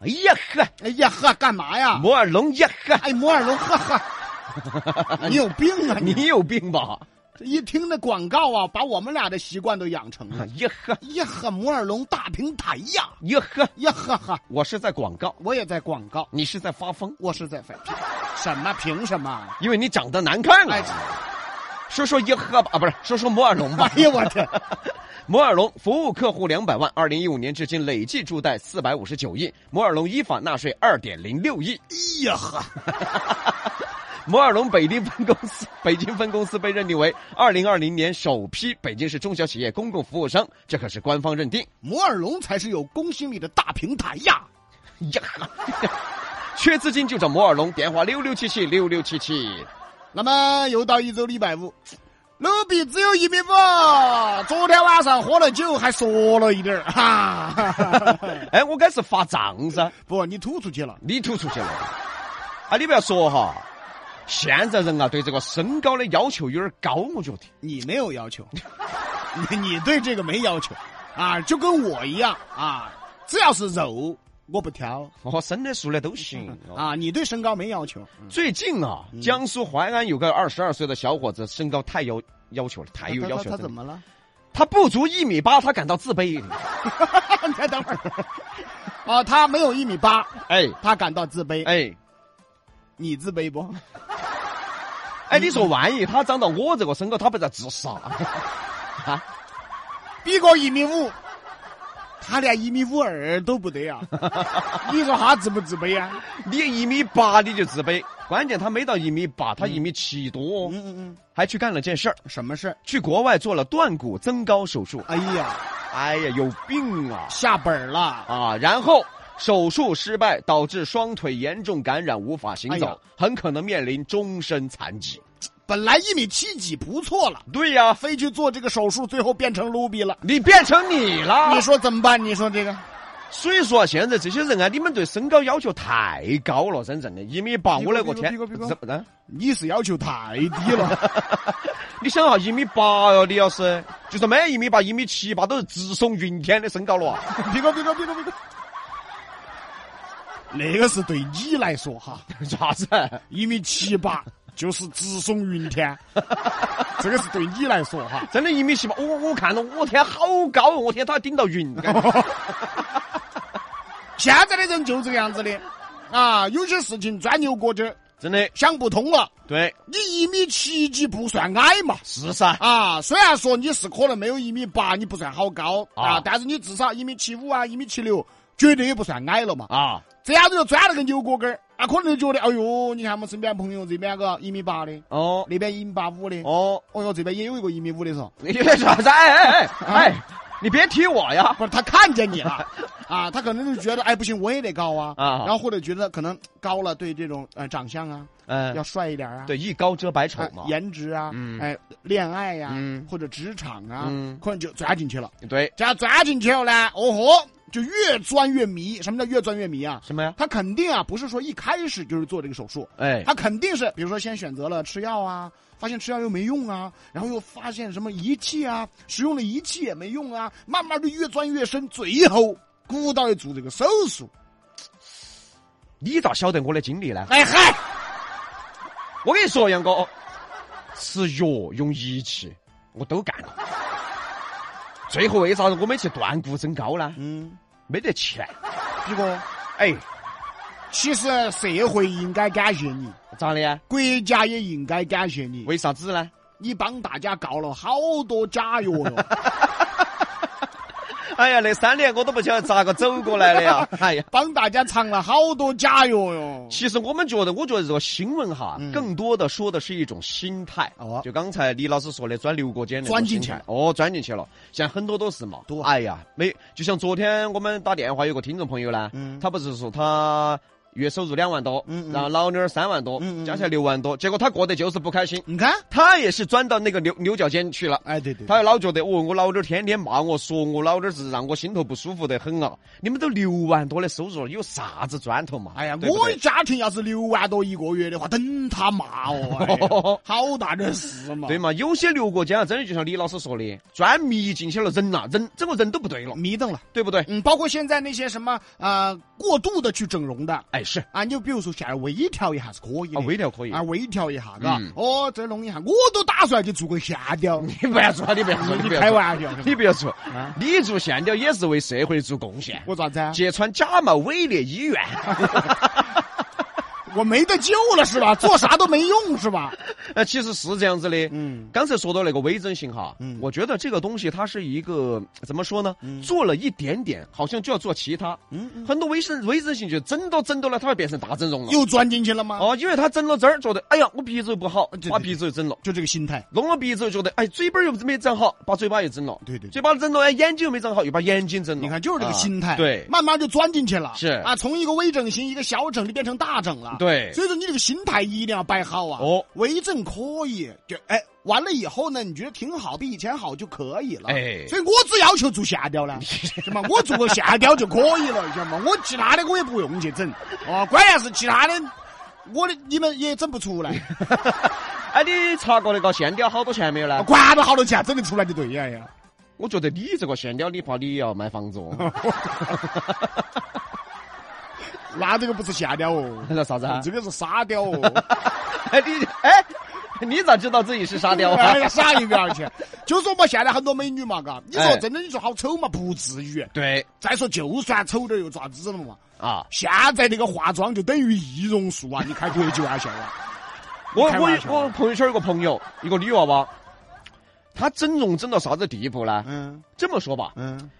哎呀呵，哎呀呵，干嘛呀？摩尔龙呀呵，哎，摩尔龙，呵呵， 你有病啊你！你有病吧？这一听那广告啊，把我们俩的习惯都养成了。哎哎呀呵呀呵，摩尔龙大平台呀！呀呵，呀呵呵，我是在广告，我也在广告，你是在发疯，我是在反屁什么？凭什么？啊因为你长得难看哎啊。，说说耶呵吧，啊，不是，说说摩尔龙吧。哎呀，我天！摩尔龙服务客户两百万，二零一五年至今累计注贷四百五十九亿，摩尔龙依法纳税二点零六亿。哎呀呵，摩尔龙北京分公司 北京分公司被认定为二零二零年首批北京市中小企业公共服务商，这可是官方认定。摩尔龙才是有公信力的大平台呀！呀， 缺资金就找摩尔龙，电话六六七七六六七七。那么又到一周礼拜五，卢比只有一米五，昨天晚上喝了酒还缩了一点儿哈。 哎，我该是发胀噻，不，你吐出去了。你吐出去了。啊，你不要说哈，现在人啊对这个身高的要求有点高，我觉得。你没有要求， 你你对这个没要求啊，就跟我一样啊，只要是肉我不挑哦，生的熟的都行。啊、啊。你嗯对身高没要求，最近啊，江苏淮安有个二十二岁的小伙子，身高太有要求了，太有要他求他了。他怎么了？他不足一米八，他感到自卑。你再 等会儿啊，他没有一米八，哎他感到自卑。 哎你自卑不？哎，你说万一他长到我这个身高，他不在自杀？ 比个一米五，他连一米五二都 不得呀、啊你说他自不自卑啊呀、你一米八你就自卑，关键他没到一米八，他一米七多，嗯嗯还去干了件事儿，嗯，什么事？去国外做了断骨增高手术。哎呀，哎呀，有病啊！下本儿了。啊，然后手术失败导致双腿严重感染，无法行走，哎呀很可能面临终身残疾。本来一米七几不错了，对呀、非去做这个手术，最后变成卢比了。你变成你了。你说怎么办？你说这个，所以说啊现在这些人啊，你们对身高要求太高了，真正的，一米八，比我过勒个天比过比过，怎么啊的？ 你是要求太低 了。你想哈，一米八哟，你要是就是满一米八、一米七八，都是直耸云天的身高了啊。 别个别个别个别个，那个是对你来说哈，啥子？一米七八就是直耸云天，这个是对你来说哈。真的，一米七八，我我看到，我天，好高哦！我天，他要顶到云。现在的人就这个样子的，啊，有些事情钻牛角尖儿，真的，想不通了。对，你一米七几不算矮嘛？是噻。啊，虽然说你是可能没有一米八，你不算好高啊啊，但是你至少一米七五啊，一米七六，绝对也不算矮了嘛。啊，这样子就钻了个牛角根儿，啊，可能就觉得，哎呦，你看我们身边朋友这边个一米八的，哦那边一米八五的，哦哦，哟，这边也有一个一米五的嗦，你啥子？哎哎哎哎，你别踢我呀！不是他看见你了，啊，他可能就觉得，哎，不行，我也得高啊，啊然后或者觉得可能高了对这种呃长相啊，嗯、要帅一点啊，对，一高遮百丑哎。嘛。颜值啊，嗯哎，恋爱呀、嗯或者职场啊，嗯可能就钻进去了。对，这样钻进去后呢，哦豁，就越钻越迷。什么叫越钻越迷啊？什么呀？他肯定啊，不是说一开始就是做这个手术，哎，他肯定是，比如说先选择了吃药啊，发现吃药又没用啊，然后又发现什么仪器啊，使用了仪器也没用啊，慢慢的越钻越深，最后鼓捣要做这个手术。你咋晓得我的经历呢？哎嗨，我跟你说，杨哥，吃药用仪器我都干了。最后为啥子我没去断骨增高呢？嗯，没得钱。这个哎，其实社会应该感谢你，咋的呀？国家也应该感谢你，为啥子呢？你帮大家搞了好多假药哟。哎呀，那三年我都不晓得咋个走过来的 呀！哎呀，帮大家藏了好多假药 哟。其实我们觉得，我觉得这个新闻哈，嗯更多的说的是一种心态。哦就刚才李老师说的钻牛角尖那种钻进去心态，哦，钻进去了。现在很多都是嘛对，哎呀，没，就像昨天我们打电话有个听众朋友呢，嗯他不是说他月收入两万多，嗯嗯然后老妞儿三万多，嗯嗯嗯加起来六万多，结果他过得就是不开心，你看，他也是钻到那个牛牛角尖去了。哎，对对，他老觉得哦，我老爹天天骂我，说我老爹是让我心头不舒服得很啊！你们都六万多的收入了，有啥子砖头嘛？哎呀，对不我对家庭要是六万多一个月的话，等他骂哦，哎呀好大点事嘛，对嘛？有些牛角尖啊，真的就像李老师说的，钻迷进去了，人呐、人整个人都不对了，迷瞪了。对不对？嗯，包括现在那些什么啊、呃过度的去整容的哎，是啊，啊，你就比如说现在微调一下是可以的，哦微调可以。啊微调一下，嘎、嗯哦，这弄一下，我都打算去做个线雕， 你不要说，你不要说，你你不要开说，玩笑 是吧，你不要说啊，你做线雕也是为社会做贡献。我咋子啊？揭穿假冒伪劣医院，我没得救了是吧？做啥都没用是 吧？呃，其实是这样子的。嗯，刚才说到那个微整形哈，嗯我觉得这个东西它是一个怎么说呢？嗯做了一点点，好像就要做其他。嗯嗯很多微整微整形就整到整到了，它会变成大整容了。又钻进去了吗？哦，因为他整了这儿，觉得哎呀，我鼻子又不好对，对把鼻子又整了；就这个心态，弄了鼻子又觉得哎，嘴巴又没整好，把嘴巴又整了；对对对嘴巴整了，哎，眼睛又没整好，又把眼睛整了。你看就是这个啊心态，对慢慢就钻进去了，是啊，从一个微整形，一个小整就变成大整了，。啊对，所以说你这个心态一定要摆好啊。哦，为政可以，就哎，完了以后呢，你觉得挺好，比以前好就可以了。哎所以我只要求做下 雕呢，是吗？我做个下雕就可以了，晓得吗？我其他的我也不用去整，哦，关键是其他的。我的你们也整不 出来，哎，你查过那个线雕好多钱没有呢？管他好多钱，整得出来就对哎呀呀。我觉得你这个线雕，你怕你要卖房子哦？ 那这个不是下雕 哦，那啥子啊？这个是沙雕哦。哎，你哎，你咋知道自己是沙雕啊哎？呀，傻一边儿 去！就说嘛，现在很多美女嘛，嘎，你说哎真的，你说好丑嘛？不至于。对再说，就算丑点儿又咋子了嘛？啊，现在那个化妆就等于易容术啊！你开国际玩笑啊？我开我玩笑啊我朋友圈有个朋友，一个女娃娃，她整容整到啥子地步呢？嗯这么说吧，嗯，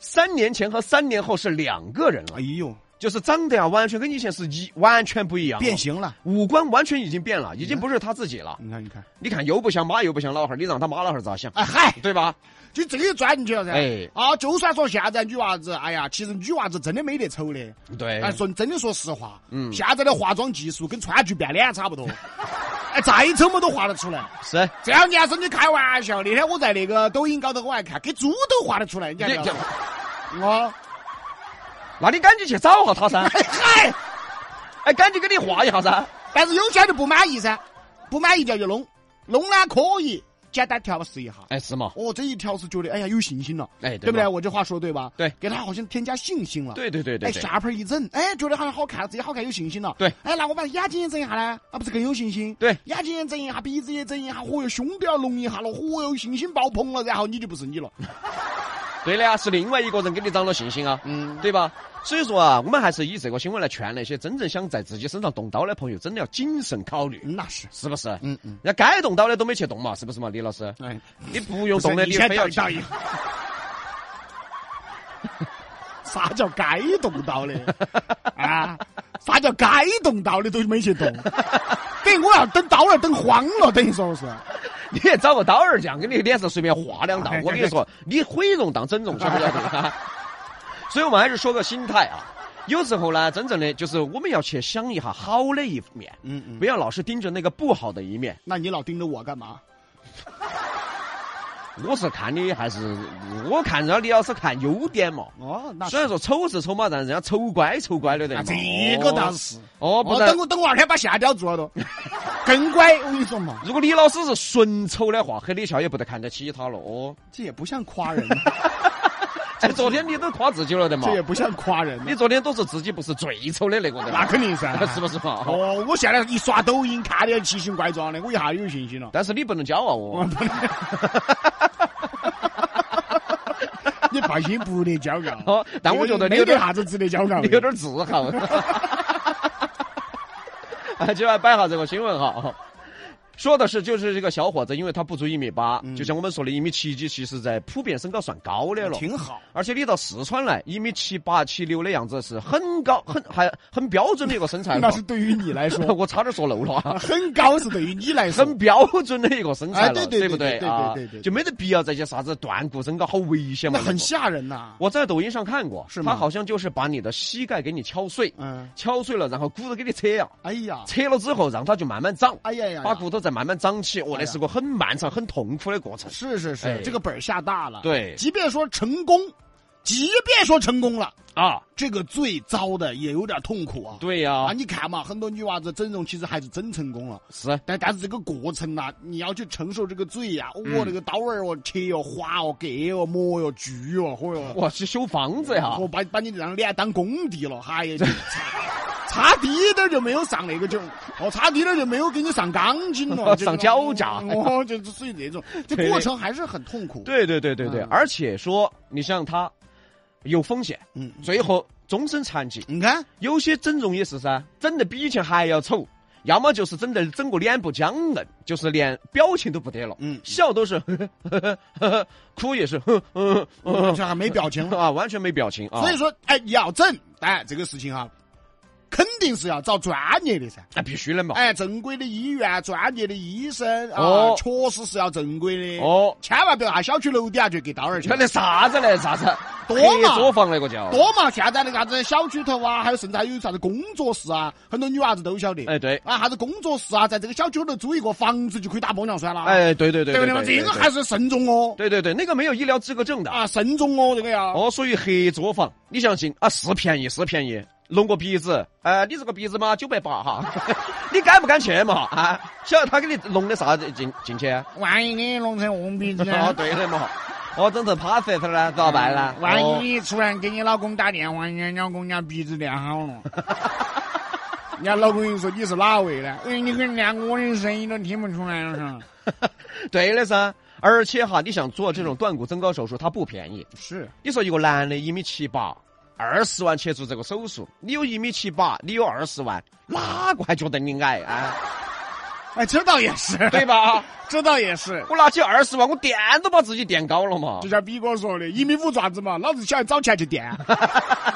三年前和三年后是两个人了哎，呦，就是长得啊，完全跟以前是一完全不一样了，变形嗯了！五官完全已经变了，已经不是她自己了。你看，你看，你看又不像妈，又不像老汉儿，你让她妈老汉儿咋想？哎嗨，对吧？就这个钻进去了噻。哎啊，就算说现在女娃子，哎呀，其实女娃子真的没得丑的。对哎，说真的，说实话，嗯现在的化妆技术跟川剧变脸差不多。 哎，再丑嘛都画得出来。是。这两年是你开玩笑。那天我在那个抖音高头我还看，给猪都画得出来，你你看到没这有？我那你赶紧去找下她噻，哎嗨，哎，赶紧给你画一下噻。但是有些人就不满意噻，不满意就要去弄，弄呢啊可以简单调试一下。哎，是嘛？哦，这一调是觉得哎呀有信心了，哎，对不吧对？？我这话说对吧？对给他好像添加信心了。对对对对哎，对。下盘一整，哎，觉得好像好看，自己好看，有信心了。对哎，那我把眼睛也整一下呢，那不是更有信心？对眼睛也整一下，鼻子也整一下，嚯哟，胸都要隆一下了，嚯哟，信心爆棚了，然后你就不是你了。对的呀，是另外一个人给你长了信心啊，嗯，对吧？所以说啊，我们还是以这个新闻来劝那些真正想在自己身上动刀的朋友，真的要谨慎考虑，那是，是不是？嗯嗯，人家该动刀的都没去动嘛，是不是嘛，李老师？哎，你不用不是动的，你非先要等去等一下。 啥叫该动 刀的啊？啥叫该动刀的都没去动？等于我要等刀了，等慌了，等于说是。你也找个刀儿匠给你脸上随便划两道哎，我跟你说，你毁容当整容，晓不晓得？啊 所以我们还是说个心态啊，有时候呢，真正的就是我们要去想一下好的一面，嗯嗯不。要老是盯着那个不好的一面。那你老盯着我干嘛？我是看你还是我看着你要是看优点嘛。哦，那虽然说丑是丑嘛，但人家丑乖丑乖的得啊嘛。这个倒是。哦，不我然等我等我二天把下雕做了都，更乖。我跟你说嘛，如果李老师是纯丑的话，黑李笑也不得看得起他了哦。这也不像夸人， 哎，昨天你都夸自己了的嘛这？也不像夸人。你昨天都是自己不是最丑的那个的那嘛，肯定噻， 是不是嘛？哦哦，我现在一刷抖音，看点奇形怪状的，我一下有信心了。但是你不能骄傲哦。你放心，不得骄傲。 哦，但我觉得你没有得点，啥子值得骄傲你有的。点自豪。 啊，就来摆下这个新闻哈。说的是，就是这个小伙子，因为他不足一米八、嗯就像我们说的，一米七几，其实在普遍身高算高的了。哎挺好。而且你到四川来，一米七八、七六的样子是很高、很还很标准的一个身材了 那。是对于你来说， 我差点说漏了啊。很高是对于你来说，很标准的一个身材哎了，对对不对对对啊对对对？对就没得必要再去啥子断骨身高，好危险那嘛！很那个吓人呐、我在抖音上看过，是吗他好像就是把你的膝盖给你敲碎，嗯，敲碎了，然后骨头给你扯呀，哎呀，扯了之后让它就慢慢长，哎呀呀呀，把骨头再慢慢长起。哦，哎那呀是个很漫长、很痛苦的过程。是是是，哎这个本儿下大了。，对即便说成功，即便说成功了，啊，这个最糟的也有点痛苦啊。对呀啊，，你看嘛，很多女娃子整容其实还是真成功了，是但但是这个过程呐、你要去承受这个罪呀、我、嗯那个刀儿哦，切哦，划哦，割哦，磨哦，锯哦，嚯哟，哇，去修房子呀我，把把你让脸当工地了，嗨、呀，差差滴点儿就没有上那个酒，哦，差滴点儿就没有给你上钢筋 了，上脚架哦，就就属于那种，这对过程还是很痛苦。，对对对对对，嗯而且说你像他有风险，嗯，最后终身残疾。你看，有些整容也是噻，整得比以前还要丑，要么就是整得整个脸不僵硬，就是连表情都不得了，嗯，笑都是呵呵呵呵呵，哭也是呵呵呵这还没表情呵了。啊，完全没表情 啊。所以说，哎，你要整，哎，这个事情哈，肯定是要找专业的噻。那必须的嘛。哎，正规的医院、专业的医生啊哦，确实是要正规的。哦，千万不要啊！小区楼底下去给刀儿去那，那啥子嘞？啥子？多黑嘛作坊那个叫。多嘛！现在那个啥子小区头啊，还有甚至还有啥子工作室啊，很多女娃子都晓得。哎对，啊，啥子工作室啊，在这个小区头租一个房子就可以打玻尿酸了。，哎对对对对不对对嘛？这个还是慎重哦，对对对，那个没有医疗资格证的。啊，慎重哦，这个要。哦，属于黑作坊，你相信啊？是便宜，是便宜。弄个鼻子，哎、你这个鼻子嘛，九百八哈， 你敢不敢去嘛？啊，晓得他给你弄的啥子进进去？万一你弄成红鼻子哦，啊呢？对的嘛，哦，整成 perfect 呢，咋办呢？ 万嗯一哦你突然给你老公打电话，人家老公人家鼻子练 好了，人家老公又说你是哪位呢？哎，你可能连我的声音都听不出来了噻。对的噻。而且哈，你想做这种断骨增高手术，它不便宜。是，你说一个男的一米七八，二十万去做这个手术，你有一米七八，你有二十万，哪个还觉得你矮啊？ 哎，这倒也是，对吧？这倒也是。我拿起二十万，我垫都把自己垫高了嘛就。像比哥说的，一米五爪子嘛，老子想找钱去垫。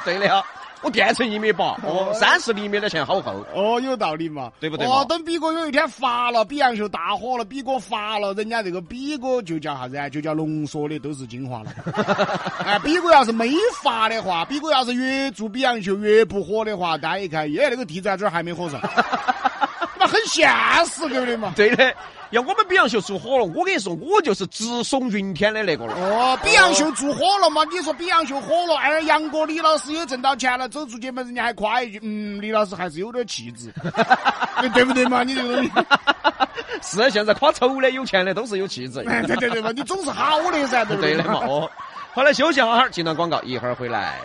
对的呀，我垫成一米八，哦，三十厘米的钱好厚。哦，有道理嘛，对不对嘛哦，等比哥有一天发了，比洋秀大火了，比哥发了，人家这个比哥就叫啥子啊？就叫浓缩的都是精华了。 哎，比哥要是没发的话，比哥要是越做比洋秀越不火的话，大家一看，耶，那个地在这儿还没火上， 那很现实，对不对嘛？对的，要我们比洋秀出火了，我跟你说，我就是直耸云天的那个了。哦，比洋秀做火了嘛？你说比洋秀火了，哎，杨哥、李老师也挣到钱了，走出去嘛，人家还夸一句，嗯，李老师还是有点气 质，对不对嘛？你这个东西。是现在夸丑的、有钱的都是有气质。 哎，对对对嘛，你总是好的噻，对不对的嘛。哦，好来休息一下哈，进段广告，一会儿回来。